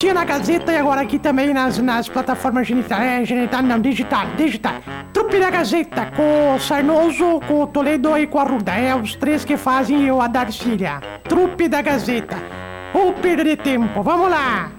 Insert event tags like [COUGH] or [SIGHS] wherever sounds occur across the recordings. Tinha na Gazeta e agora aqui também nas, nas plataformas genital. É, genital não, digital, digital. Trupe da Gazeta, com o Sarnoso, com o Toledo e com a Ruda. É os três que fazem eu a Darcília. Trupe da Gazeta. Ou perder tempo, vamos lá!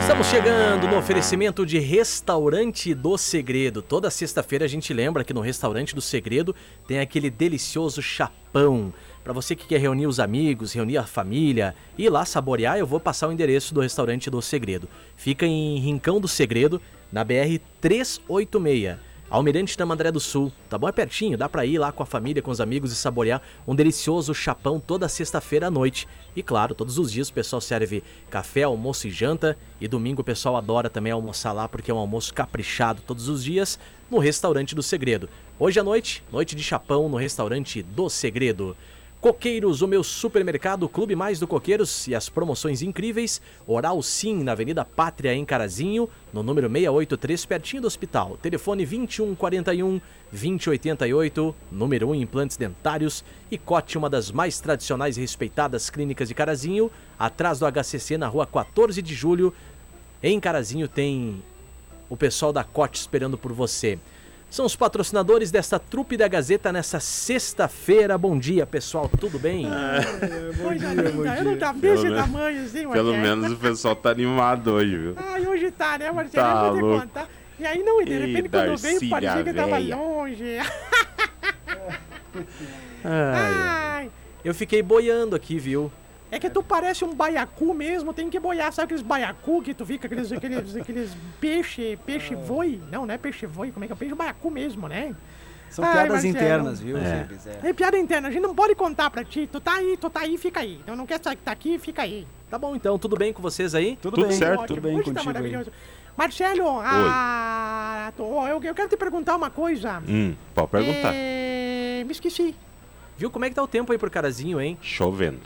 Estamos chegando no oferecimento de Restaurante do Segredo. Toda sexta-feira a gente lembra que no Restaurante do Segredo tem aquele delicioso chapão. Para você que quer reunir os amigos, reunir a família e ir lá saborear, eu vou passar o endereço do Restaurante do Segredo. Fica em Rincão do Segredo, na BR 386. Almirante Tamandaré do Sul, tá bom? É pertinho, dá pra ir lá com a família, com os amigos e saborear um delicioso chapão toda sexta-feira à noite. E claro, todos os dias o pessoal serve café, almoço e janta. E domingo o pessoal adora também almoçar lá porque é um almoço caprichado todos os dias no Restaurante do Segredo. Hoje à noite, noite de chapão no Restaurante do Segredo. Coqueiros, o meu supermercado, o Clube Mais do Coqueiros e as promoções incríveis. Oral Sim, na Avenida Pátria, em Carazinho, no número 683, pertinho do hospital. Telefone 2141 2088, número 1 Implantes Dentários. E Cote, uma das mais tradicionais e respeitadas clínicas de Carazinho, atrás do HCC, na rua 14 de julho. Em Carazinho tem o pessoal da Cote esperando por você são os patrocinadores desta trupe da Gazeta nessa sexta-feira. Bom dia, pessoal, tudo bem? É. Coisa linda, eu não tava desse Pelo menos- tamanho, sim, [LAUGHS] Pelo Marcelo. menos o pessoal tá animado hoje, viu? Ai, hoje tá, né, Marcelo? Tá eu vou te louco. contar. E aí não, e de Ih, repente quando veio Darcília parecia que tava véia. longe. Ai, Ai, É. Eu fiquei boiando aqui, viu? é que tu parece um baiacu mesmo, tem que boiar. Sabe aqueles baiacu que tu fica, aqueles, aqueles, aqueles peixe, peixe Ah. voi? Não, não é peixe voi, como é que é? Peixe baiacu mesmo, né? São Ai, piadas Marcelo. internas, viu? É. Zibes? É. É piada interna, a gente não pode contar pra ti. Tu tá aí, tu tá aí, fica aí. Então não quer sair que tá aqui, fica aí. Tá bom então, tudo bem com vocês aí? Tudo, Tudo bem, certo. tudo bem Hoje tá contigo aí. maravilhoso. Marcelo, ah, tu- ó, eu, eu quero te perguntar uma coisa. Hum, pode perguntar. É, me esqueci. Viu como é que tá o tempo aí pro carazinho, hein? Chovendo.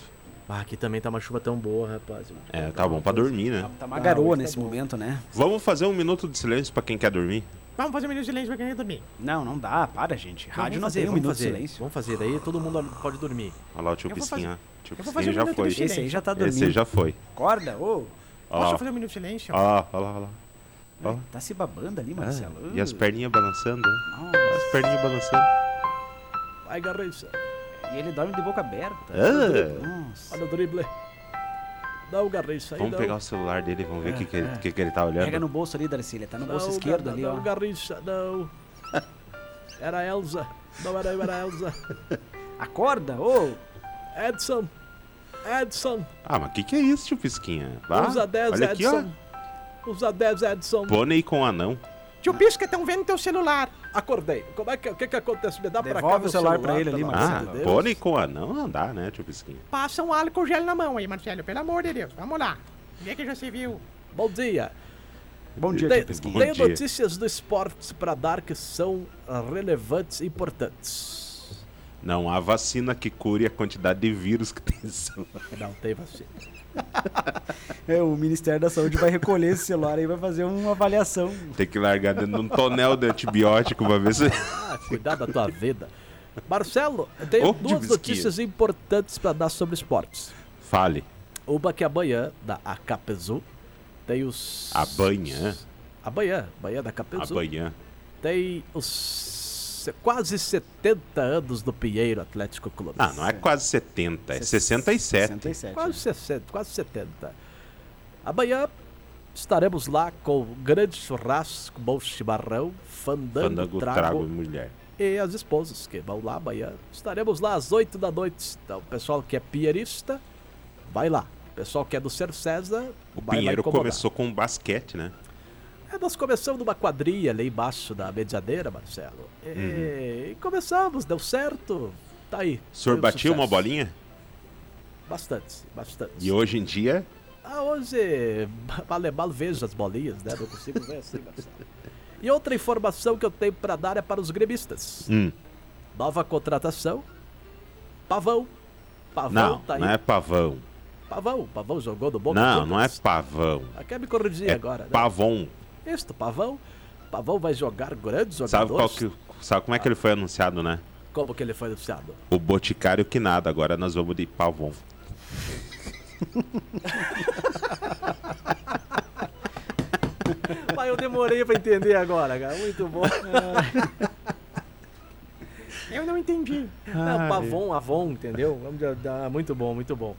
Ah, aqui também tá uma chuva tão boa, rapaz. É, tá bom pra dormir, né? Tá uma garoa hoje tá nesse bom. momento, né? Vamos fazer um minuto de silêncio pra quem quer dormir? Vamos fazer um minuto de silêncio pra quem quer dormir. Não, não dá, para, gente. Rádio não nós tem um minuto de silêncio. Vamos fazer, daí todo mundo pode dormir. Olha lá o tio Eu vou Pisquinha. Tio eu vou fazer Pisquinha um já minuto foi. de silêncio. Esse aí já tá Esse aí dormindo. já foi. Acorda, ô. Olha Posso lá, fazer um minuto de silêncio? olha lá, olha lá, olha lá. Ó. Tá se babando ali, Ah, Marcelo. e Hum. as Uh, perninhas balançando, né? nossa. As perninhas balançando. Vai, garrança. E ele dorme de boca aberta. Ah. Nossa. o drible. Dá o garrança Vamos pegar o celular dele, vamos ver o que, que, é. ele- que que ele tá Pega no olhando. bolso ali, Darcília. Tá no bolso esquerdo ali, ó. garrança, [LAUGHS] não. Era a Elza. Não era eu, era a Elza. Acorda, ô. Edson. Edson. Ah, mas o que, que é isso, tio Pisquinha? Vá, Usa 10, olha aqui, ó. Edson. Usa 10, Edson. Pônei com anão. Tio Pisca, estão vendo teu celular. Acordei. Como é que, o que que acontece? Me dá pra cá Devolve meu o celular pra ele ali, pelo Marcelo. amor de ah, Deus. pônei com anão não dá, né, tio Pisquinha? Passa um álcool gel na mão aí, Marcelo. Pelo amor de Deus. Vamos lá. Vê que já se viu. Bom dia. Bom dia, Tem- Tenho, tio Pesquinha. Bom dia. notícias do esporte pra dar que são relevantes e importantes. Não há vacina que cure a quantidade de vírus que tem nesse celular. Não tem vacina. É, o Ministério da Saúde vai recolher esse celular aí, vai fazer uma avaliação. [LAUGHS] Tem que largar dentro de um tonel de antibiótico pra ver se. [LAUGHS] Ah, cuidar da tua vida. Marcelo, tenho Ô, de duas bisquinha. notícias importantes pra dar sobre esportes. Fale. Uma que é amanhã, da Acapezu, tem os... Amanhã? Amanhã, amanhã da Acapezu. Amanhã. Tem os se- quase 70 anos do Pinheiro Atlético Clube. Ah, não é quase 70, é 67. 67. Quase 60, quase 70. Amanhã estaremos lá com um grande churrasco, bom chimarrão, fandango, Fandango, trago, trago e mulher. e as esposas que vão lá amanhã. Estaremos lá às 8 da noite. Então, o pessoal que é pinheirista, vai lá. O pessoal que é do Ser César, O vai lá Pinheiro incomodar. começou com basquete, né? É, nós começamos numa quadrilha ali embaixo da medianeira, Marcelo. E, e começamos, deu certo. Tá aí. Uhum. foi O senhor um batia uma sucesso. bolinha Bastante, bastante. e hoje em dia Ah, hoje, [LAUGHS] Balebal vejo as bolinhas, né? Não consigo ver assim, Marcelo. E outra informação que eu tenho pra dar é para os gremistas. Hum. Nova contratação. Pavão. Pavão Não, tá aí. não é pavão. Pavão, Pavão jogou do Boca Não, não é Juniors. pavão. Ah, Quer me corrigir É agora, né? pavon. Isto, Pavão. Pavão vai jogar grandes Sabe, qual jogadores. que, sabe como é que ele foi anunciado, né? Como que ele foi anunciado? O boticário que nada. Agora nós vamos de pavon. Mas eu demorei pra entender agora, cara. Muito bom. Eu não entendi. Não, Pavon, Avon, entendeu? Vamos de- da- Muito bom, muito bom.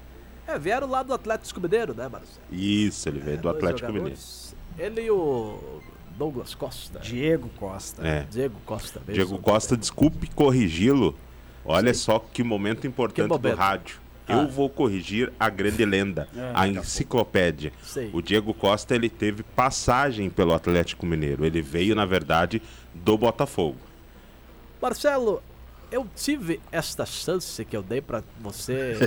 É, vieram lá do Atlético Mineiro, né, Barça? Isso, ele veio do É, Dois Atlético Mineiro. jogadores. Ele e o Douglas Costa. Diego Costa. É. Diego Costa. mesmo. Diego um Costa, desculpe corrigi-lo. Olha só que momento Que importante do bobeira. rádio. Ah. Eu vou corrigir a grande É, lenda, a enciclopédia. Sei. O Diego Costa ele teve passagem pelo Atlético Mineiro. Ele veio, na verdade, do Botafogo. Marcelo, eu tive esta chance que eu dei pra [LAUGHS] você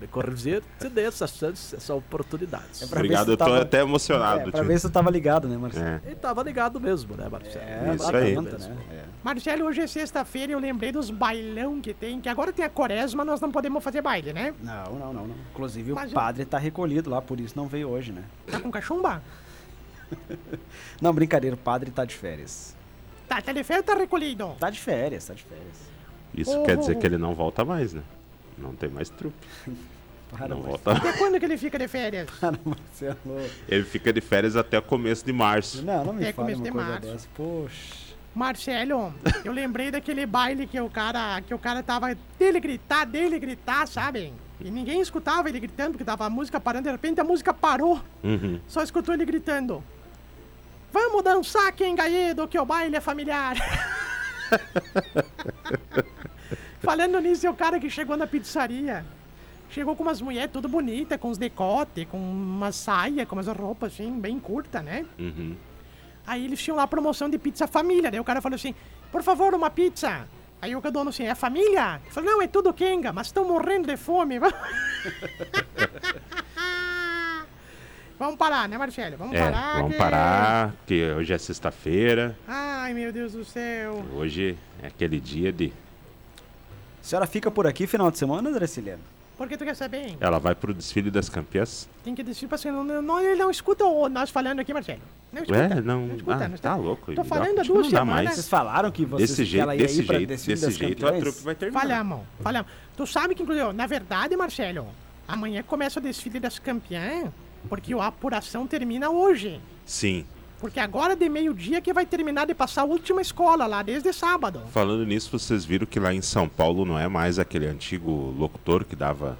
me corrigir. Te dei essa chance, essa oportunidade. É pra- ver se Obrigado, eu tô tava- até É, emocionado. pra tio. ver se eu tava ligado, né, Marcelo? É. Ele tava ligado mesmo, né, Marcelo? É, Isso lá aí. dentro, né? Marcelo, hoje é sexta-feira e eu lembrei dos bailão que tem, que agora tem a quaresma, nós não podemos fazer baile, né? Não, não, não, não. Inclusive o Imagina. padre tá recolhido lá, por isso não veio hoje, né? Tá com cachumba? Não, brincadeira, o padre tá de férias. Tá, tá de férias ou tá recolhido? Tá de férias, tá de férias. Isso Ô, quer ô, dizer ô. que ele não volta mais, né? Não tem mais trupe. Para, não Marcelo. volta. [LAUGHS] Até quando que ele fica de férias? Para, [LAUGHS] Marcelo. Ele fica de férias até o começo de março. é Não, não me É fale começo uma de coisa março. dessa. Poxa. Marcelo, eu lembrei daquele baile que o cara, que o cara tava dele gritar, dele gritar, sabe? E ninguém escutava ele gritando, porque tava a música parando, de repente a música parou, Uhum. só escutou ele gritando. Vamos dançar, quem gaído, que o baile é [LAUGHS] familiar. Falando nisso, é o cara que chegou na pizzaria. Chegou com umas mulheres tudo bonita, com uns decote, com uma saia, com umas roupas assim, bem curta, né? Uhum. Aí eles tinham lá a promoção de pizza família. Daí o cara falou assim: por favor, uma pizza. Aí o dono assim: é família? Ele falou: não, é tudo Kenga, mas estão morrendo de [LAUGHS] fome. [LAUGHS] vamos parar, né, Marcelo? Vamos É, parar. vamos que- parar, que hoje é sexta-feira. Ai, meu Deus do céu. Hoje é aquele dia de. A senhora fica por aqui final de semana, André Ciliano? Por que tu quer saber? hein? Ela vai pro desfile das campeãs? Tem que decidir pra você. Não, não, ele não escuta o- nós falando aqui, Marcelo. Não escuta. É, não. escuta, ah, não escuta. tá louco. Tô eu falando há acho que duas não dá semanas. mais. Vocês falaram que vocês Desse que jeito, ela ia desse ir pra jeito, desfile desse das jeito a campeãs? trupe vai terminar. Falhamos, falhamos. Tu sabe que, inclusive, na verdade, Marcelo, amanhã começa o desfile das campeãs, porque a apuração termina hoje. Sim. Porque agora de meio-dia que vai terminar de passar a última escola lá, desde sábado. Falando nisso, vocês viram que lá em São Paulo não é mais aquele antigo locutor que dava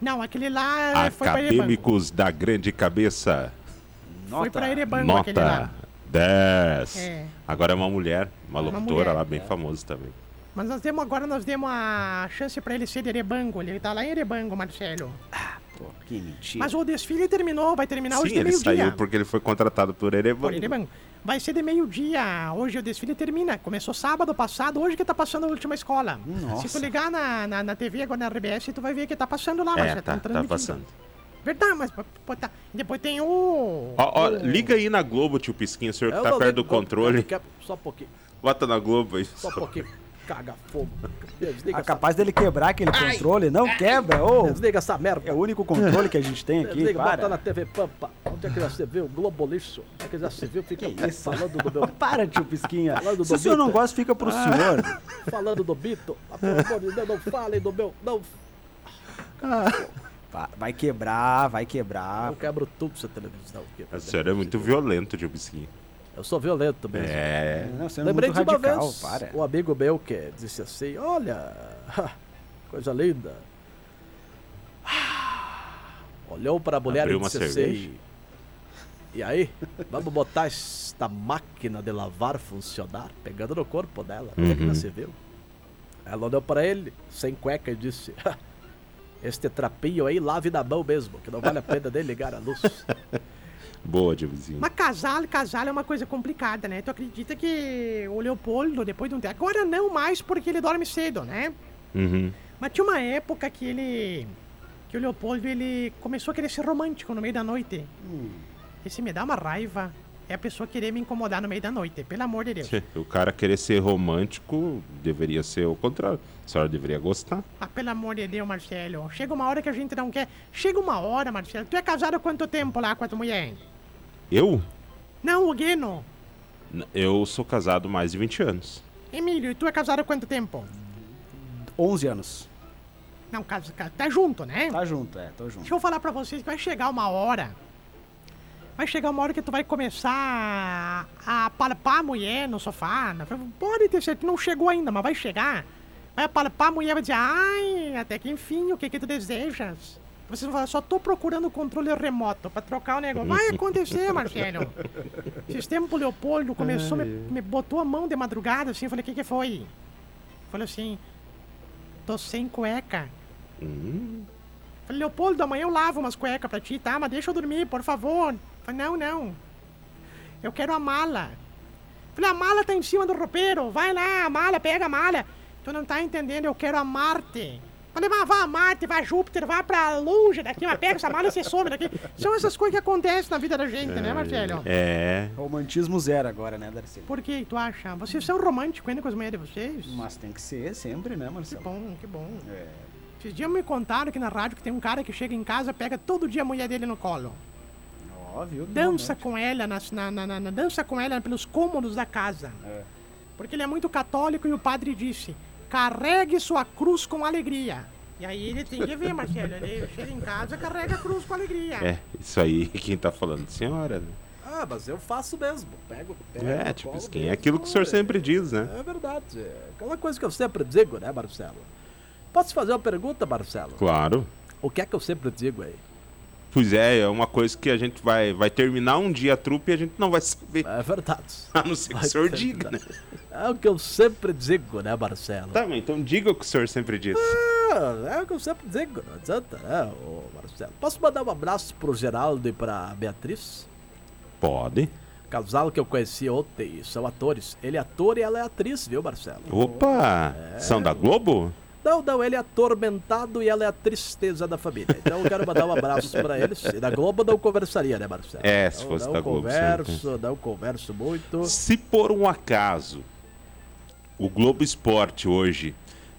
Não, aquele lá eh, foi pra Erebango. Acadêmicos da Grande Cabeça. Nota. Foi pra Erebango aquele Nota lá. 10. É. Agora é uma mulher, uma Uma locutora mulher, é. lá, bem famosa também. Mas nós demos agora, nós demos a chance pra ele ser de Erebango. Ele tá lá em Erebango, Marcelo. Pô, que mentira. Mas o desfile terminou, vai terminar hoje Sim, de ele meio-dia. saiu porque ele foi contratado por Por Erebango. Erebango. Vai ser de meio-dia. Hoje o desfile termina. Começou sábado passado, hoje que tá passando a última escola. Nossa. Se tu ligar na, na, na TV agora na RBS, tu vai ver que tá passando lá, É, Marcelo. tá, tá transmitindo. passando. Verdade, mas pô, tá. depois tem o. Ó, ó, liga aí na Globo, tio Pisquinho, o senhor que Eu tá não perto ligo, do não, controle. não, quer- Só um pouquinho, Bota na Globo é aí. só um pouquinho. Caga fogo. Desliga, Ah, essa, capaz dele quebrar aquele controle? Não quebra, ô! desliga essa merda. É o único controle que a gente [LAUGHS] tem aqui, Desliga, bota na para. TV Pampa. Onde é que já se viu? Globolixo. Onde é que já se viu? Fica falando do meu... Para, tio Pisquinha. Fala do Se o senhor Bobita. não gosta, fica Ah! pro senhor. Falando do Bito. Ah, pelo amor de Deus, não falem do meu... Não, Va- Vai quebrar, vai quebrar. eu quebro tudo essa televisão. aqui. A senhora é muito violento, tio Pisquinho. Eu sou violento mesmo. É. Não, você é Lembrei muito de uma radical, vez para. um amigo meu que disse assim, olha, [LAUGHS] coisa linda. [SIGHS] Olhou para a mulher Abriu e uma disse cerveja? assim, e aí, vamos botar esta máquina de lavar funcionar? Pegando no corpo dela, uhum. que Uhum. você viu. Ela olhou para ele, sem cueca, e disse, "Ah, este trapinho aí lave na mão mesmo, que não vale a pena nem ligar a luz. Boa, tio Pisquinho. Mas casal, casal é uma coisa complicada, né? Tu acredita que o Leopoldo, depois de um tempo. Agora não mais porque ele dorme cedo, né? Uhum. Mas tinha uma época que ele. que o Leopoldo ele começou a querer ser romântico no meio da noite. E se me dá uma raiva, é a pessoa querer me incomodar no meio da noite, pelo amor de Deus. O cara querer ser romântico deveria ser o contrário. A senhora deveria gostar. Ah, pelo amor de Deus, Marcelo. Chega uma hora que a gente não quer. Chega uma hora, Marcelo. Tu é casado há quanto tempo lá com a tua mulher? Eu? Não, o Gueno. N- Eu sou casado há mais de 20 anos. Emílio, e tu é casado há quanto tempo? 11 anos. Não, casa, casa, tá junto, né? Tá junto, é, tô junto. Deixa eu falar pra vocês que vai chegar uma hora. Vai chegar uma hora que tu vai começar a a palpar a mulher no sofá. né? Pode ter certeza, não chegou ainda, mas vai chegar. Vai palpar a mulher vai dizer, ai, até que enfim, o que que tu desejas? Vocês vão falar, só tô procurando o controle remoto pra trocar o negócio. Vai acontecer, Marcelo. Sistema pro Leopoldo começou, me, me botou a mão de madrugada assim, eu falei, o que que foi? Falei assim, tô sem cueca. Falei, Leopoldo, amanhã eu lavo umas cuecas pra ti, tá? Mas deixa eu dormir, por favor. Falei, não, não. Eu quero a mala. Falei, a mala tá em cima do roupeiro. Vai lá, a mala, pega a mala. Tu não tá entendendo, eu quero a Marte. Falei, mas vá a Marte, vá a Júpiter, vá pra longe daqui, mas pega essa mala e você some daqui. São essas coisas que acontecem na vida da gente, né, Marcelo? É. Romantismo zero agora, né, Darcy? Por que tu acha? Vocês são românticos ainda com as mulheres de vocês? Mas tem que ser sempre, né, Que Marcelo? bom, que bom. É. Esses dias me contaram aqui na rádio que tem um cara que chega em casa, pega todo dia a mulher dele no colo. Óbvio. né? dança com ela nas- na, na- na- na- dança com ela pelos cômodos da casa. É. Porque ele é muito católico e o padre disse: carregue sua cruz com alegria. E aí ele tem que ver, Marcelo. Ele chega em casa, carrega a cruz com alegria. É, isso aí, [LAUGHS] quem tá falando, senhora. né? Ah, mas eu faço mesmo. Pego, pego É, no tipo, colo isso quem é mesmo, aquilo que o senhor é. sempre diz, né? É verdade. É Aquela coisa que eu sempre digo, né, Marcelo? Posso fazer uma pergunta, Marcelo? Claro. O que é que eu sempre digo aí? Pois é, é uma coisa que a gente vai, vai terminar um dia a trupe e a gente não vai saber, É [LAUGHS] verdade. a não ser Ah, que o senhor diga, né? É o que eu sempre digo, né, Marcelo? Tá, mas então diga o que o senhor sempre diz. Ah, é o que eu sempre digo, não adianta, né, ô Marcelo? Posso mandar um abraço pro Geraldo e pra Beatriz? Pode. Casal que eu conheci ontem, são atores. Ele é ator e ela é atriz, viu, Marcelo? Opa! São da Globo? Não, não, ele é atormentado e ela é a tristeza da família. Então eu quero mandar um abraço pra eles. E da Globo não conversaria, né, Marcelo? É, se Não- fosse não da Globo, Converso, não converso muito. Se por um acaso o Globo Esporte hoje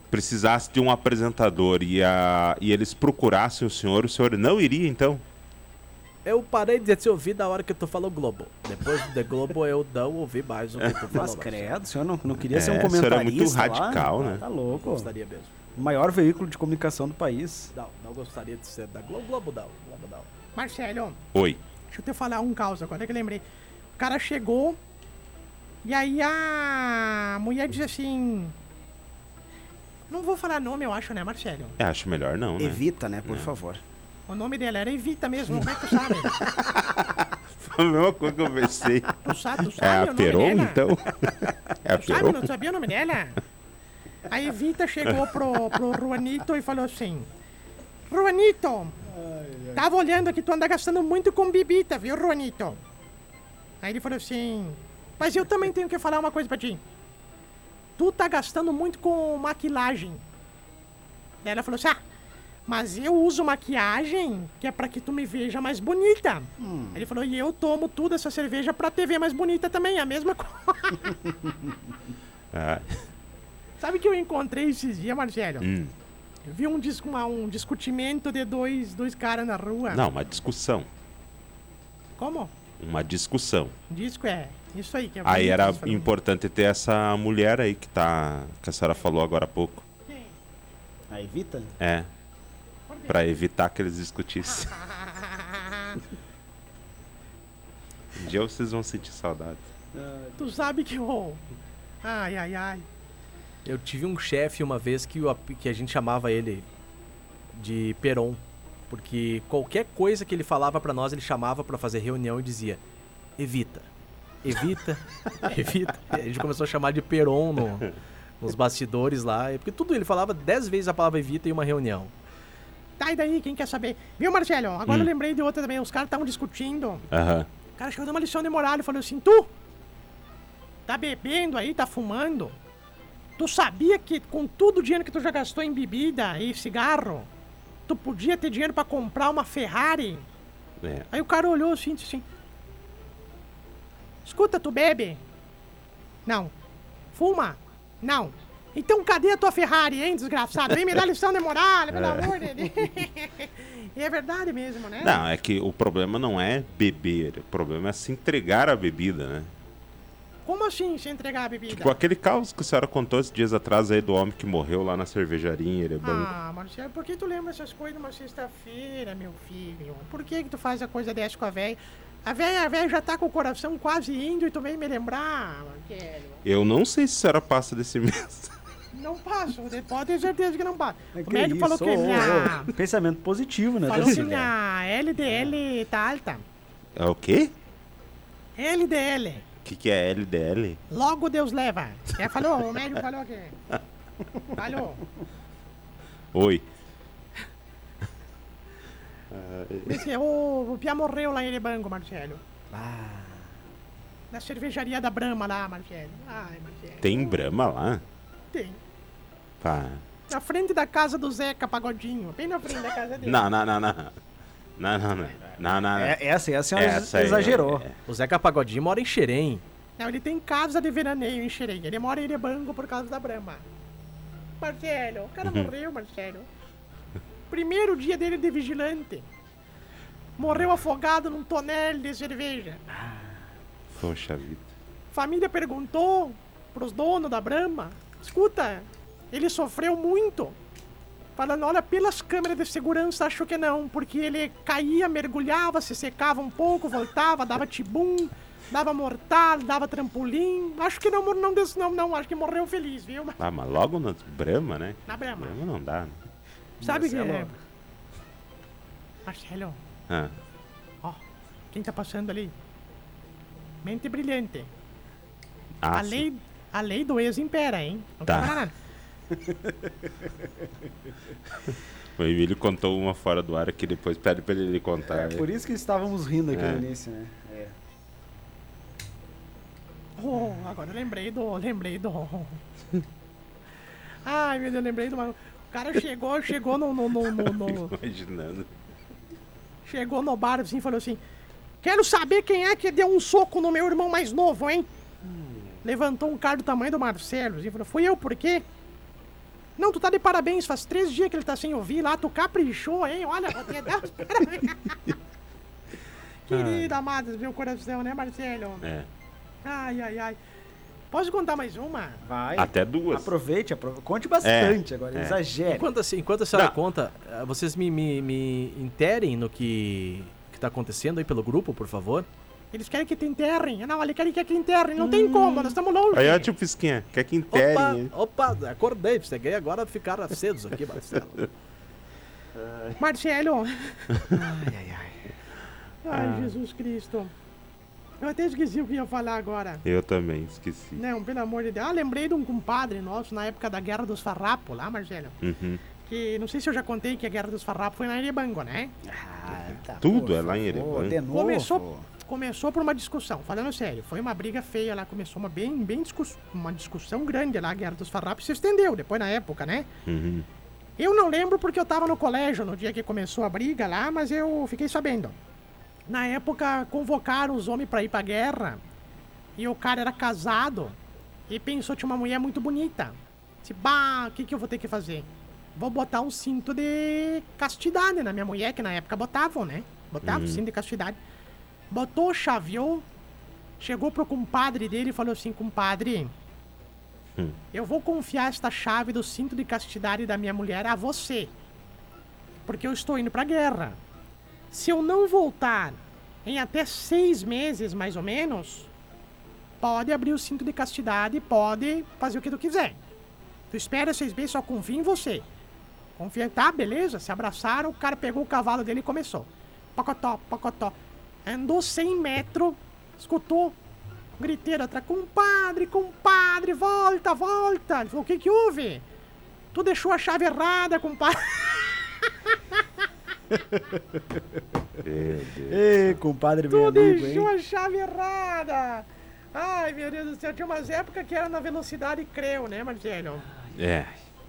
precisasse de um apresentador e, a, e eles procurassem o senhor, o senhor não iria então? Eu parei de te ouvir na hora que tu falou Globo. Depois de Globo eu não ouvi mais o que tu Mas falou. Marcelo. credo, o senhor não, não queria É, ser um o senhor comentarista é muito radical, lá? né? Tá louco. Gostaria mesmo. O maior veículo de comunicação do país. Não, não gostaria de ser da Globo. Globo não, Globo não. Marcelo, Oi. deixa eu te falar um caos agora que eu lembrei. O cara chegou e aí a mulher diz assim. Não vou falar nome, eu acho, né, Marcelo? É, acho melhor não, né? Evita, né, por favor. O nome dela era Evita mesmo, como é que tu sabe? Foi a mesma coisa que eu pensei. Tu sabe, tu sabe [LAUGHS] É o a nome Peron, dela? então? É a Sabe, Peron? não sabia o nome dela? A Evita chegou pro, pro Juanito e falou assim: Juanito, tava olhando que tu anda gastando muito com bebida, viu, Juanito? Aí ele falou assim: Mas eu também tenho que falar uma coisa pra ti. Tu tá gastando muito com maquilagem. Daí ela falou assim: Ah, mas eu uso maquiagem que é pra que tu me veja mais bonita. Aí Ele falou: E eu tomo tudo essa cerveja pra te ver mais bonita também, é a mesma coisa. Ah, Sabe que eu encontrei esses dias, Marcelo? hum. Eu vi um, disco, uma- um discutimento de dois, dois caras na rua. Não, uma discussão. Como? Uma discussão. Disco é isso aí que é Aí bonito, era isso falou. importante ter essa mulher aí que tá. que a senhora falou agora há pouco. A Evita? É. Pra evitar que eles discutissem. Um dia vocês vão sentir saudade. [LAUGHS] Ah, Tu sabe que eu. Ai, ai, ai. Eu tive um chefe uma vez que, o ap- que a gente chamava ele de Peron. Porque qualquer coisa que ele falava pra nós, ele chamava pra fazer reunião e dizia: evita, evita, evita. E a gente começou a chamar de Peron no- nos bastidores lá. e- Porque tudo ele falava dez vezes a palavra evita em uma reunião. Tá, e daí, quem quer saber? Viu, Marcelo? Agora Hum. eu lembrei de outra também. Os caras estavam discutindo. Aham. O cara chegou dando uma lição de moral e falou assim: Tu tá bebendo aí, tá fumando? Tu sabia que com todo o dinheiro que tu já gastou em bebida e cigarro, tu podia ter dinheiro pra comprar uma Ferrari? É. Aí o cara olhou assim, disse assim: Escuta, tu bebe? Não. Fuma? Não. Então cadê a tua Ferrari, hein, desgraçado? Vem me dar lição de moral, pelo amor de Deus. [LAUGHS] e é verdade mesmo, né? Não, é que o problema não é beber, o problema é se entregar à bebida, né? Como assim se entregar a bebida? Tipo, aquele caos que a senhora contou esses dias atrás aí do homem que morreu lá na cervejaria é em Erebango. Ah, Marcelo, por que tu lembra essas coisas numa sexta-feira, meu filho? Por que que tu faz a coisa dessa com a véia? A véia, a véia já tá com o coração quase indo e tu vem me lembrar, Marcelo. Eu não sei se a senhora passa desse [LAUGHS] mês. Não passo, você pode ter certeza que não passo. Mas o É que médico isso, falou ô, que minha... ô, Pensamento positivo, né? Falou que Tarsila? minha LDL tá alta. É o quê? LDL. O que, que é LDL? Logo Deus leva. É, falou, o médico falou que... Falou. Oi. Diz que o, o Pia morreu lá em Erebango, Marcelo. Ah, Na cervejaria da Brahma lá, Marcelo. Ai, Marcelo. Tem Brahma lá? Tá. Tem. Pá. Na frente da casa do Zeca Pagodinho. Bem na frente da casa dele. Não, não, não, não. Não, não, não. Não, não, não. É, essa, essa é Essa aí, exagerou. é. o Zeca Pagodinho mora em Xerém. Não, ele tem casa de veraneio em Xerém. Ele mora em Erebango por causa da Brahma. Marcelo, o cara morreu, Marcelo. Primeiro dia dele de vigilante. Morreu afogado num tonel de cerveja. Poxa vida. Família perguntou pros donos da Brahma. Escuta, ele sofreu muito. Falando, olha, pelas câmeras de segurança, acho que não. Porque ele caía, mergulhava, se secava um pouco, voltava, dava tibum, dava mortal, dava trampolim. Acho que não, mor- não, des- não, não, acho que morreu feliz, viu? [LAUGHS] Ah, mas logo no Brahma, né? Na Brahma. Brahma não dá, né? Sabe o que é? Marcelo. Marcelo, Ah. ó, quem tá passando ali? Mente brilhante. Ah, a, sim. lei, a lei do ex impera, hein? Não Tá. quebra nada. O Emílio contou uma fora do ar que depois pede pra ele contar. né? É, Por isso que estávamos rindo aqui É. no início, né? É. Oh, agora eu lembrei do. Lembrei do. [LAUGHS] Ai, meu Deus, lembrei do. maluco. O cara chegou, chegou no. no, no, no- no- Imaginando. chegou no bar assim e falou assim: Quero saber quem é que deu um soco no meu irmão mais novo, hein? Levantou um cara do tamanho do Marcelo assim, e falou: Fui eu, por quê? Não, tu tá de parabéns, faz três dias que ele tá sem ouvir lá, tu caprichou, hein? Olha, vou te dar os parabéns. Querido, amados, meu coração, né, Marcelo? É. Ai, ai, ai. Posso contar mais uma? Vai. Até duas. Aproveite, aprove- conte bastante agora, Ah, é. exagere. Enquanto, assim, enquanto a senhora Não. conta, ah, vocês me, me, me interem no que, que tá acontecendo aí pelo grupo, por favor. Eles querem que te enterrem. Ah, Não, eles querem que te enterrem. Não tem como, nós estamos longe. Aí, é ó, tio Pisquinha, quer que Opa, interem. hein? opa, acordei, cheguei agora, ficaram acesos aqui, Marcelo. Marcelo. Ai, ai, ai. Ai, Jesus Cristo. Eu até esqueci o que ia falar agora. Eu também, esqueci. Não, pelo amor de Deus. Ah, lembrei de um compadre nosso na época da Guerra dos Farrapos lá, Marcelo. Uhum. Que não sei se eu já contei que a Guerra dos Farrapos foi na Erebango, né? Ah, tá, Tudo por é lá em favor, Erevan. De novo. Começou, começou por uma discussão, falando sério, foi uma briga feia lá, começou uma bem, bem discuss- uma discussão grande lá, a Guerra dos Farrapos, se estendeu depois na época, né? Uhum. Eu não lembro porque eu tava no colégio no dia que começou a briga lá, mas eu fiquei sabendo. Na época, convocaram os homens pra ir pra guerra e o cara era casado e pensou tinha uma mulher muito bonita. Disse, bah, o que, que eu vou ter que fazer? Vou botar um cinto de castidade na minha mulher, que na época botavam, né? Botavam cinto de castidade. Botou, chaveou, chegou pro compadre dele e falou assim, compadre, eu vou confiar esta chave do cinto de castidade da minha mulher a você. Porque eu estou indo pra guerra. Se eu não voltar em até seis meses, mais ou menos, pode abrir o cinto de castidade, pode fazer o que tu quiser. Tu espera seis meses, só confia em você. Confia, tá, beleza? Se abraçaram, o cara pegou o cavalo dele e começou. Pocotó, pocotó. Andou 100 metros, escutou um griteiro atrás, compadre, compadre, volta, volta. Ele falou, o que que houve? Tu deixou a chave errada, compadre. [LAUGHS] Meu Deus. Ei, compadre, meu Tu amigo, deixou hein? a chave errada. Ai, meu Deus do céu, tinha umas épocas que era na velocidade creu, né, Marcelo? É.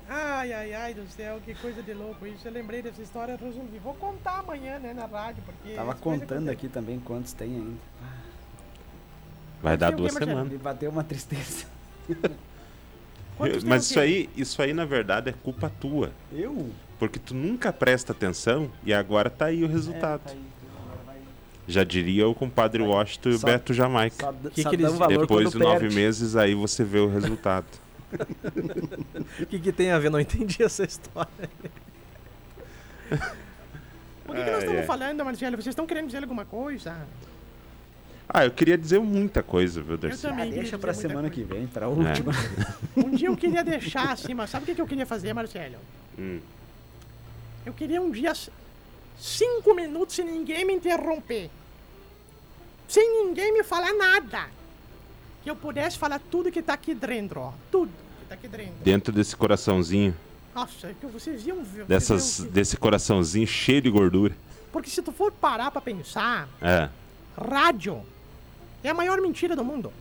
Ai, ai, ai do céu, que coisa de louco isso. Eu lembrei dessa história, resolvi. Vou contar amanhã, né, na rádio, porque... Tava as coisas contando acontecem. aqui também quantos tem ainda. Vai dar o duas quê, Marcelo? semanas. Me bateu uma tristeza. [LAUGHS] Quantos tem Mas o isso quê? aí, isso aí, na verdade, é culpa tua. Eu? É, tá Porque tu nunca presta atenção e agora tá aí o resultado. Já diria o compadre Washington e o Só- Beto Jamaica. Só, d- Que só que dá eles- um valor Depois de quando nove perde. meses, aí você vê o resultado. [LAUGHS] O que, que tem a ver? Não entendi essa história. Por que, que nós Ah, estamos é. falando, Marcelo? Vocês estão querendo dizer alguma coisa? Ah, eu queria dizer muita coisa, viu, Darcy? também. Ah, deixa pra Muita semana coisa. que vem, É. pra última. Um dia eu queria deixar assim, mas sabe o que que eu queria fazer, Marcelo? Hum. Eu queria um dia. s- Cinco minutos sem ninguém me interromper. Sem ninguém me falar nada. Que eu pudesse falar tudo que tá aqui dentro, ó. Tudo que tá aqui dentro. Dentro desse coraçãozinho, Nossa, é que vocês iam ver. vocês dessas, iam ver. desse coraçãozinho cheio de gordura. Porque se tu for parar pra pensar, É. rádio é a maior mentira do mundo.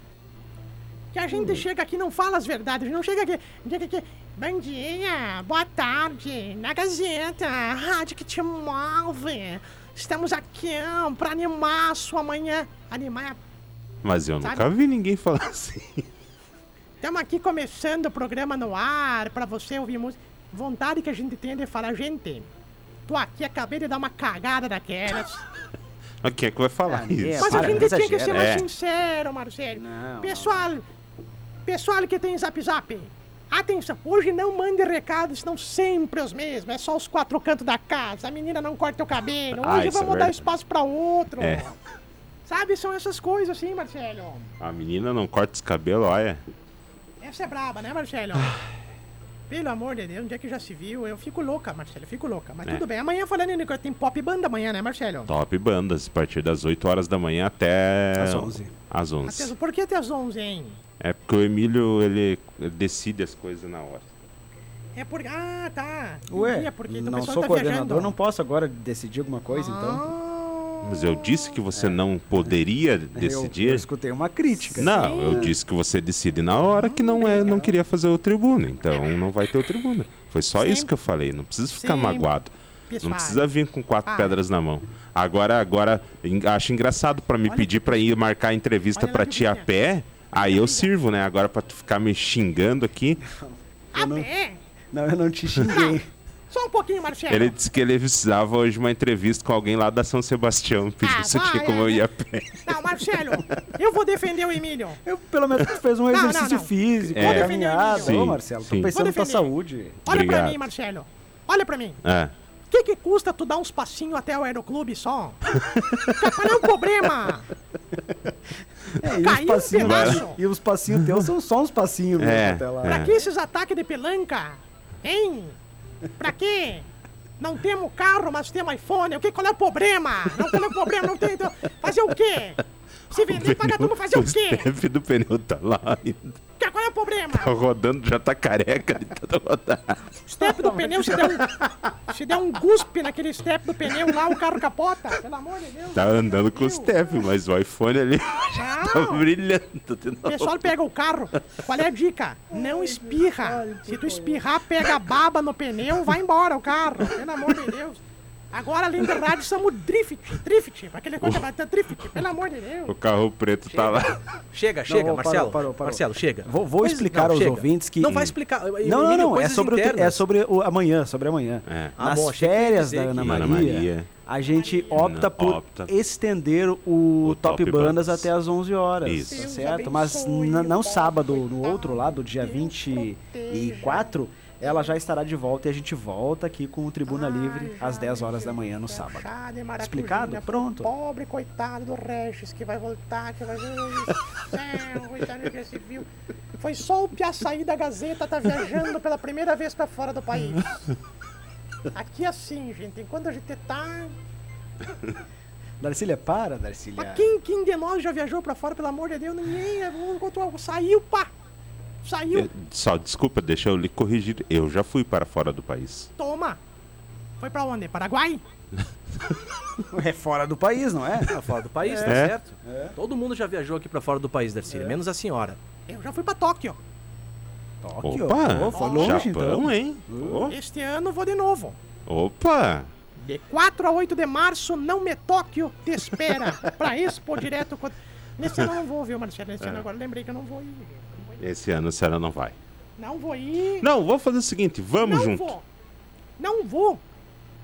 Que a gente chega aqui e não fala as verdades, não chega aqui. chega aqui, Bom dia, boa tarde, na Gazeta, a rádio que te move. Estamos aqui ó, pra animar a sua manhã. Animar. Mas eu Sabe? nunca vi ninguém falar [LAUGHS] assim. Estamos aqui começando o programa no ar pra você ouvir música. Vontade que a gente tem de falar, gente. Tô aqui, acabei de dar uma cagada daquelas. Mas quem é que vai falar Ah, isso? é, Mas para, a gente tinha que exagera. ser mais É. sincero, Marcelo. Não, não. pessoal, pessoal que tem zap zap, atenção, hoje não mande recados, não sempre os mesmos, é só os quatro cantos da casa, a menina não corta o cabelo, Ah, hoje isso é vamos dar verdade. espaço pra outro. É. Sabe, são essas coisas assim, Marcelo. A menina não corta os cabelos, olha. Essa é braba, né, Marcelo? Ah. Pelo amor de Deus, onde é que já se viu? Eu fico louca, Marcelo, eu fico louca. Mas É. tudo bem, amanhã falando em Nicole, tem pop banda amanhã, né, Marcelo? Top bandas, a partir das 8 horas da manhã até... Às 11. Às Até, 11. as- por que até as 11, hein? É porque o Emílio, ele decide as coisas na hora. É por... Ah, tá. Entendi, Ué, é porque então o não pessoal sou tá coordenador, viajando. Ah. não posso agora decidir alguma coisa, Ah. então. Mas eu disse que você não poderia Eu, É. eu decidir. escutei uma crítica. assim. Não, eu disse que você decide na hora que não é, não queria fazer o tribuno, então não vai ter o tribuno. Foi só isso que eu falei, não precisa ficar Sim. magoado. Não Pessoal, precisa vir com quatro Vai. pedras na mão. Agora, agora en- acho engraçado pra me Olha pedir pra ir marcar a entrevista Olha lá pra que ti a bonito. pé, aí eu sirvo, né? Agora pra tu ficar me xingando aqui. A pé? Não, eu não te xinguei. Ah, é? Só um pouquinho, Marcelo. Ele disse que ele precisava hoje uma entrevista com alguém lá da São Sebastião, pediu Ah, isso aqui vai, como eu é. ia a pé. Não, Marcelo, eu vou defender o Emílio. Eu, [LAUGHS] pelo menos tu fez um não, exercício não. físico, É. uma caminhada. Sim, Ô, Marcelo, sim. tô pensando na Vou tua defender. saúde. Olha pra Obrigado. mim, Marcelo. Olha pra mim. É. O que, que custa tu dar uns passinhos até o aeroclube [LAUGHS] só? Qual é o problema? É, e, Caiu um os passinhos, pedaço. e os passinhos teus são só uns passinhos mesmo É, até lá. Pra que esses ataques de pelanca? Hein? Pra quê? Não temos carro, mas temos iPhone. O que, qual é o problema? Não, qual é o problema? Não tem. então, Fazer o quê? Se É. vender pra turma, fazer [LAUGHS] o quê? um step do pneu tá lá ainda. Que- Qual é o problema? Tá rodando, já tá careca de tanta rodada. step do pneu, se der um, se der um guspe naquele step do pneu lá, o carro capota. Pelo amor de Deus. Tá andando com o step, mas o iPhone ali já [LAUGHS] tá Não. brilhando. de O novo. pessoal pega o carro. Qual é a dica? Não espirra. Se tu espirrar, pega a baba no pneu, vai embora o carro. Pelo amor de Deus. Agora, além de rádio, somos drift. Drift. Aquele coisa bateu tá drift. Pelo amor de O Deus. carro preto tá lá. Chega, chega, parou, Marcelo. parou, parou. Marcelo, chega. Vou- vou Coisas- explicar aos ouvintes que- Não vai explicar. Não, Não, não, não. É sobre, o, te- é sobre o amanhã, sobre amanhã. É. Ah, Nas bom, achei que férias ia da dizer Ana que- Maria, Ana Maria. a gente opta Não, por opta. estender o, O Top, Top Bandas Bandas. até às 11 horas, Isso. tá Deus certo? Mas abençoe, na- não Deus sábado, no proteja, outro lado, dia Deus 24, ela já estará de volta e a gente volta aqui com o Tribuna Livre às 10 horas da manhã no sábado. Chá de maracujá, Explicado? Pronto. Pobre coitado do Regis que vai voltar, que vai ver céu, coitado que se viu. Foi só o Piaçaí da Gazeta tá viajando pela primeira vez pra fora do país. Aqui é assim, gente, enquanto a gente tá. Darcília, para, Darcília. Mas quem, quem de nós já viajou pra fora, pelo amor de Deus? Ninguém. é- enquanto- Saiu, pá! Saiu, Eu- só, desculpa, deixa eu lhe corrigir. Eu já fui para fora do país. toma! Foi pra onde? Paraguai? É fora do país, não é? Pra fora do país, tá É. certo? Todo mundo já viajou aqui pra fora do país, Darcília, menos a senhora. Eu já fui pra Tóquio. Tóquio. Opa! Ô, foi longe, Japão, então. hein? Este ano vou de novo. Ô, Opa! De 4 a 8 de março, não me Tóquio te espera. pra Expo direto. co- Nesse ano eu não vou, viu, Marcelo? É. Nesse ano agora eu lembrei que eu não vou ir. viu? Não vou ir. Esse ano a senhora não vai. Não vou ir. Não, vou fazer o seguinte, vamos Não junto. vou. Não vou.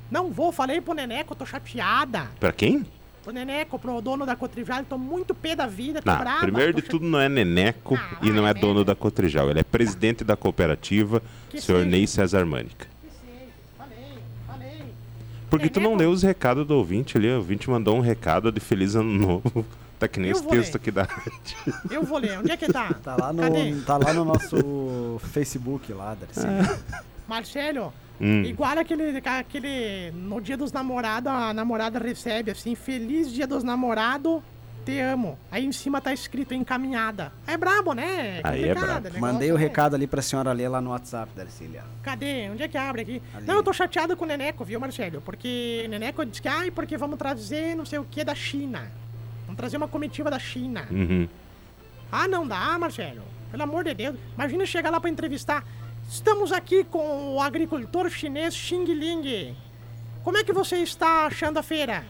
Não vou. Falei pro Neneco, eu tô chateada. Pra quem? pro Neneco, pro dono da Cotrijal, tô muito pé da vida, tô Não, brava. Tá, primeiro tô de tudo não é Neneco Ah, e não é vai, dono da Cotrijal. Ele é presidente da cooperativa, Que senhor seja. Ney César Mânica. che- Sim, Falei, falei. Porque tu não Neneco. leu os recados do ouvinte ali, o ouvinte mandou um recado de Feliz Ano Novo. [LAUGHS] Tá que nem Eu esse vou ler. texto aqui da rádio. Eu vou ler. Onde é que tá? Tá lá Cadê? no, tá lá no nosso Facebook lá, Darcy. Marcelo, Hum. igual aquele, aquele. No dia dos namorados, a namorada recebe assim: Feliz dia dos namorados, te amo. Aí em cima tá escrito encaminhada. É brabo, né? Aí é complicado, brabo. negócio, Mandei o né? recado ali pra senhora ler lá no WhatsApp, Darcília. Cadê? Onde é que abre aqui? Ali. Não, eu tô chateado com o Neneco, viu, Marcelo? Porque o Neneco disse que, ai, porque vamos trazer não sei o que da China. Vamos trazer uma comitiva da China. Uhum. Ah, não dá, Marcelo. Pelo amor de Deus. Imagina chegar lá pra entrevistar. Estamos aqui com o agricultor chinês Xing Ling. Como é que você está achando a feira?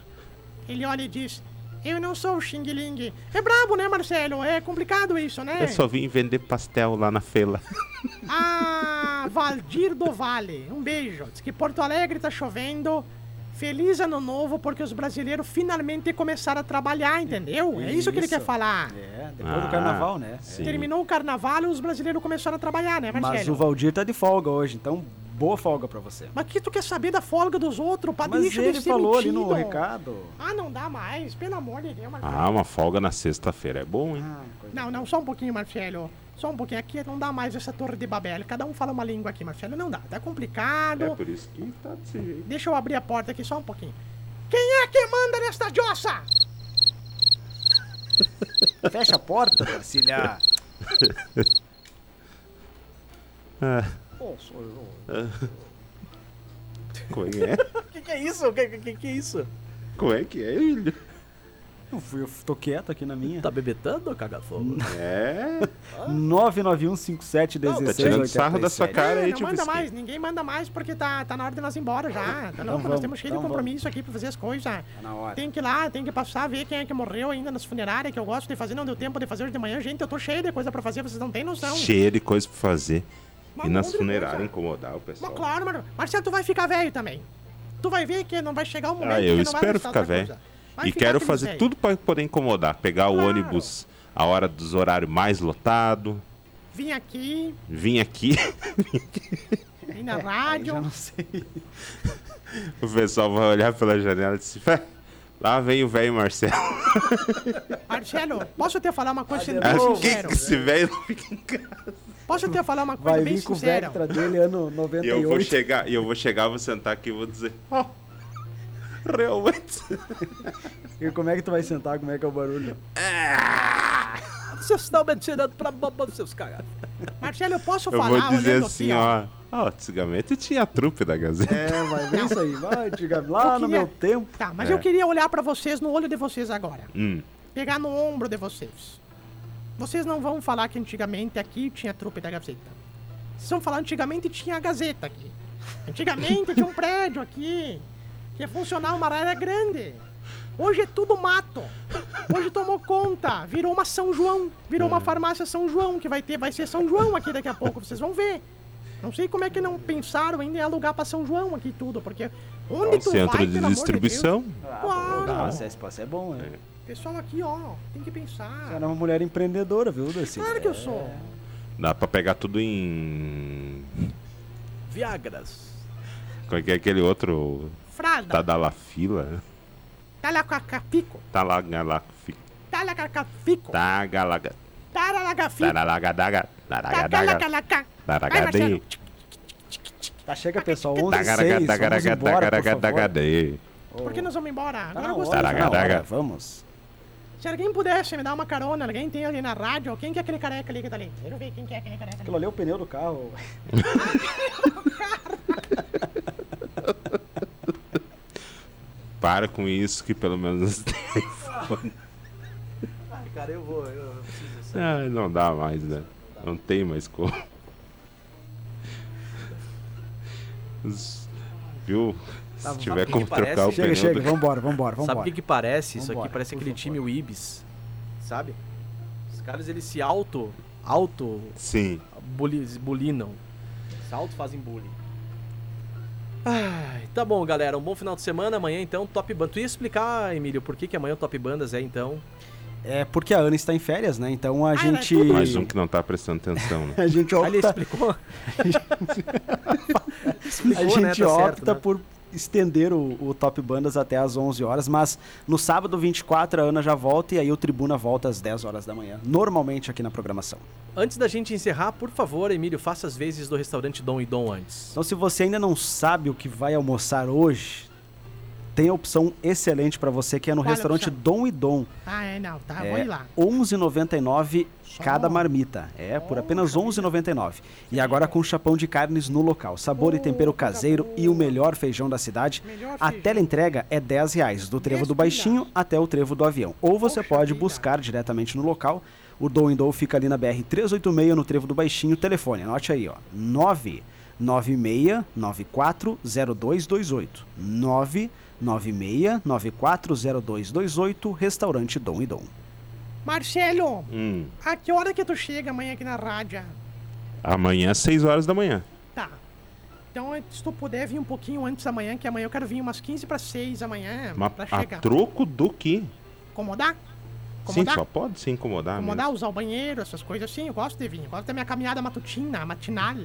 Ele olha e diz: Eu não sou o Xing Ling. É brabo, né, Marcelo? É complicado isso, né? Eu É só vim vender pastel lá na feira. Ah, Valdir do Vale, um beijo. Diz que Porto Alegre tá chovendo. Feliz ano novo, porque os brasileiros finalmente começaram a trabalhar, entendeu? É isso que ele Isso. quer falar. É, depois Ah, do carnaval, né? É. sim. Terminou o carnaval e os brasileiros começaram a trabalhar, né, Mas o Marcelo? Mas, Valdir tá de folga hoje, então boa folga pra você. o que tu quer saber da folga dos outros? Pra Mas bicho ele de ser falou ali no metido. recado. Ah, não dá mais, pelo amor de Deus, Marcelo. Ah, uma folga na sexta-feira é bom, hein? Ah, coisa- Não, não, só um pouquinho, Marcelo. Só um pouquinho. Aqui não dá mais essa torre de Babel. Cada um fala uma língua aqui, Marcelo. Não dá, tá complicado. É por isso que tá desse jeito. Deixa eu abrir a porta aqui só um pouquinho. Quem é que manda nesta jossa? Fecha a porta, Darcília. Como é que é? O [LAUGHS] que, que é isso? O que, que- que- que é isso? Como é que é, filho? Eu, fui, eu tô quieto aqui na minha. Tá bebetando, cagafogo? É. 991571687. Tá tirando sarro da sua cara aí, não tipo manda isso. mais, ninguém manda mais porque tá, tá na hora de nós ir embora já. Tá louco, nós vamos, temos cheio então de compromisso aqui pra fazer as coisas. na hora. Tem que ir lá, tem que passar, ver quem é que morreu ainda nas funerárias, que eu gosto de fazer, não deu tempo de fazer hoje de manhã. Gente, eu tô cheio de coisa pra fazer, vocês não têm noção. Cheio de coisa pra fazer. Então. Mas E um nas monte de funerárias coisa. incomodar o Mas pessoal. claro, Mar... Marcelo, tu vai ficar velho também. Tu vai ver que não vai chegar o momento Ah, que eu não vai espero gostar ficar outra velho. coisa. Vai E ficar quero aquele fazer velho. tudo pra poder incomodar. Pegar o Claro. ônibus a hora dos horários mais lotado. Vim aqui, Vim aqui, [LAUGHS] vim na É, Aí rádio. já não sei. o pessoal vai olhar pela janela e disse, "Fé, lá vem o velho Marcelo. Marcelo, posso te falar uma coisa sendo Ah, bem Por que sincero? que esse velho não fica em casa? Posso te falar uma coisa Vai bem vir com o sincera? Vectra dele ano E 98. eu vou chegar, e eu vou chegar, vou sentar aqui e vou dizer, ó, [LAUGHS] realmente. E como é que tu vai sentar? Como é que é o barulho? É. Vocês estão me tirando pra bomba, seus cagados. Marcelo, eu posso Eu falar vou dizer olhando assim, aqui, ó. ó. Ó, antigamente tinha a trupe da Gazeta. É, vai ver isso aí. Vai, diga lá Eu no queria- meu tempo. Tá, mas É. eu queria olhar pra vocês no olho de vocês agora. Hum, Pegar no ombro de vocês. Vocês não vão falar que antigamente aqui tinha trupe da Gazeta. Vocês vão falar antigamente tinha a Gazeta aqui. Antigamente tinha um prédio aqui. Que ia funcionar uma área grande. Hoje é tudo mato. Hoje tomou conta. Virou uma São João. Virou É. uma farmácia São João, que vai ter, vai ser São João aqui daqui a pouco, vocês vão ver. Não sei como é que não pensaram ainda em alugar pra São João aqui tudo, porque onde um tu centro vai, de pelo amor distribuição. Deus, claro. Nossa, esse passo é bom, né? Pessoal aqui, ó, tem que Cara, pensar. é uma mulher empreendedora, viu, Darcy? Claro que eu sou. É. Dá pra pegar tudo em. Viagras. Como é que é aquele outro? Tá Frada, da la fila? talacacapico, Tá lá, galaca, fica. talacacapico, Tá, galaga. taralagafico, Taralaga, daga. Daraga, daga. tacalacalacá. Vai, Marcelo. tipo, Daragade. Tá, chega, pessoal. 11 h Dagaraga, 06 vamos dagaraga, embora, por dagaraga, favor. dagade. Por que nós vamos embora? Tá Agora na eu hora, gostaria tá de Daraga, na hora. daraga. Vamos. Se alguém pudesse me dar uma carona, alguém tem ali na rádio, quem que é aquele careca ali que tá ali? Deixa eu ver quem que é aquele careca ali. Aquilo ali é o pneu do carro. Para com isso que pelo menos tem fone. Cara, eu vou. Eu, eu preciso Ai, não dá mais, né? Não tem mais como. Os- Viu? Tá, Se sabe tiver o que como que parece? trocar o Chega, pneu chega. do Vambora, vambora, Sabe o vambora. que, que parece? Isso aqui Vambora, parece por aquele favor. time o Ibis. Sabe? Os caras eles se auto. auto. Sim. buli- bulinam. Se auto fazem bullying. Ai, tá bom, galera. Um bom final de semana. Amanhã, então, Top Bandas. Tu ia explicar, Emílio, por que, que amanhã o Top Bandas é, então? É porque a Ana está em férias, né? Então a gente. Mais um que não tá prestando atenção, né? [LAUGHS] A gente Ah, ele opta, explicou? a explicou, gente né? Tá certo, opta né? por estender o, o Top Bandas até às 11 horas, mas no sábado 24 a Ana já volta e aí o Tribuna volta às 10 horas da manhã, normalmente aqui na programação. Antes da gente encerrar, por favor, Emílio, faça as vezes do restaurante Dom e Dom antes. Então, se você ainda não sabe o que vai almoçar hoje, tem a opção excelente para você que é no Qual a restaurante opção? Dom e Dom. Ah, é, não, tá, É vou ir lá. 11,99 cada marmita. É, por apenas 11,99. E agora com chapão de carnes no local. Sabor Uh, e tempero caseiro e o melhor feijão da cidade. Melhor A feijão. teleentrega é 10 reais, do trevo do baixinho até o trevo do avião. Ou você Poxa pode vida. buscar diretamente no local. O Dom e Dom fica ali na BR 386, no trevo do baixinho. Telefone, anote aí, ó. 9 96940228 996940228 Restaurante Dom e Dom. Marcelo, Hum. a que hora que tu chega amanhã aqui na rádio? Amanhã, às 6 horas da manhã. Tá. Então, se tu puder vir um pouquinho antes da manhã, que amanhã eu quero vir umas 15 para 6 amanhã Mas É, pra a chegar. troco do que? Incomodar? Sim, Incomodar? só pode se incomodar. mesmo. Incomodar, usar o banheiro, essas coisas assim. Eu gosto de vir. Eu gosto da minha caminhada matutina, matinal.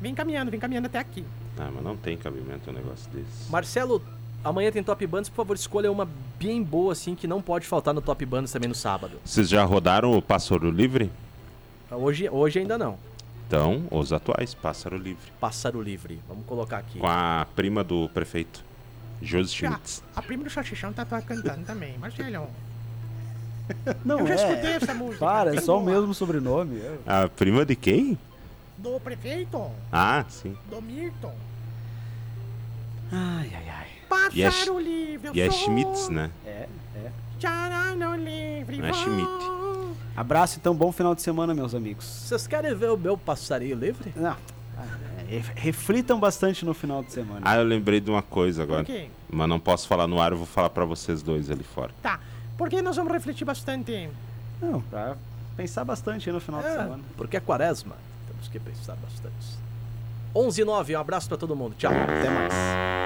Vem caminhando, vem caminhando até aqui. Ah, mas não tem cabimento um negócio desse. Marcelo, amanhã tem Top Bandas. Por favor, escolha uma bem boa, assim, que não pode faltar no Top Bandas também no sábado. Vocês já rodaram o Pássaro Livre? Hoje, hoje ainda não. Então, os atuais, Pássaro Livre. Pássaro Livre. Vamos colocar aqui. Com a prima do prefeito, Josi Ah, Schmitz. a prima do Chachichão tá, tá cantando também. Marcelo, Não eu já é. escutei essa música. Para, é Bem só o boa. mesmo sobrenome. é. A prima de quem? Do prefeito, Ah, sim. do Mirton. Ai, ai, ai. E é Sch- Pássaro livre, eu E é sou. Schmitz, né? É, é. Charano livre, Não é vou. Schmidt. Abraço e tão bom final de semana, meus amigos. Vocês querem ver o meu passarinho livre? Não. ah, é, Reflitam bastante no final de semana. Ah, eu lembrei de uma coisa Por agora. quê? Mas não posso falar no ar, eu vou falar pra vocês dois ali fora. Tá, porque nós vamos refletir bastante. Não, pra pensar bastante no final de semana. Porque é quaresma. Temos que pensar bastante. 11 e 9, um abraço pra todo mundo. Tchau. Até mais.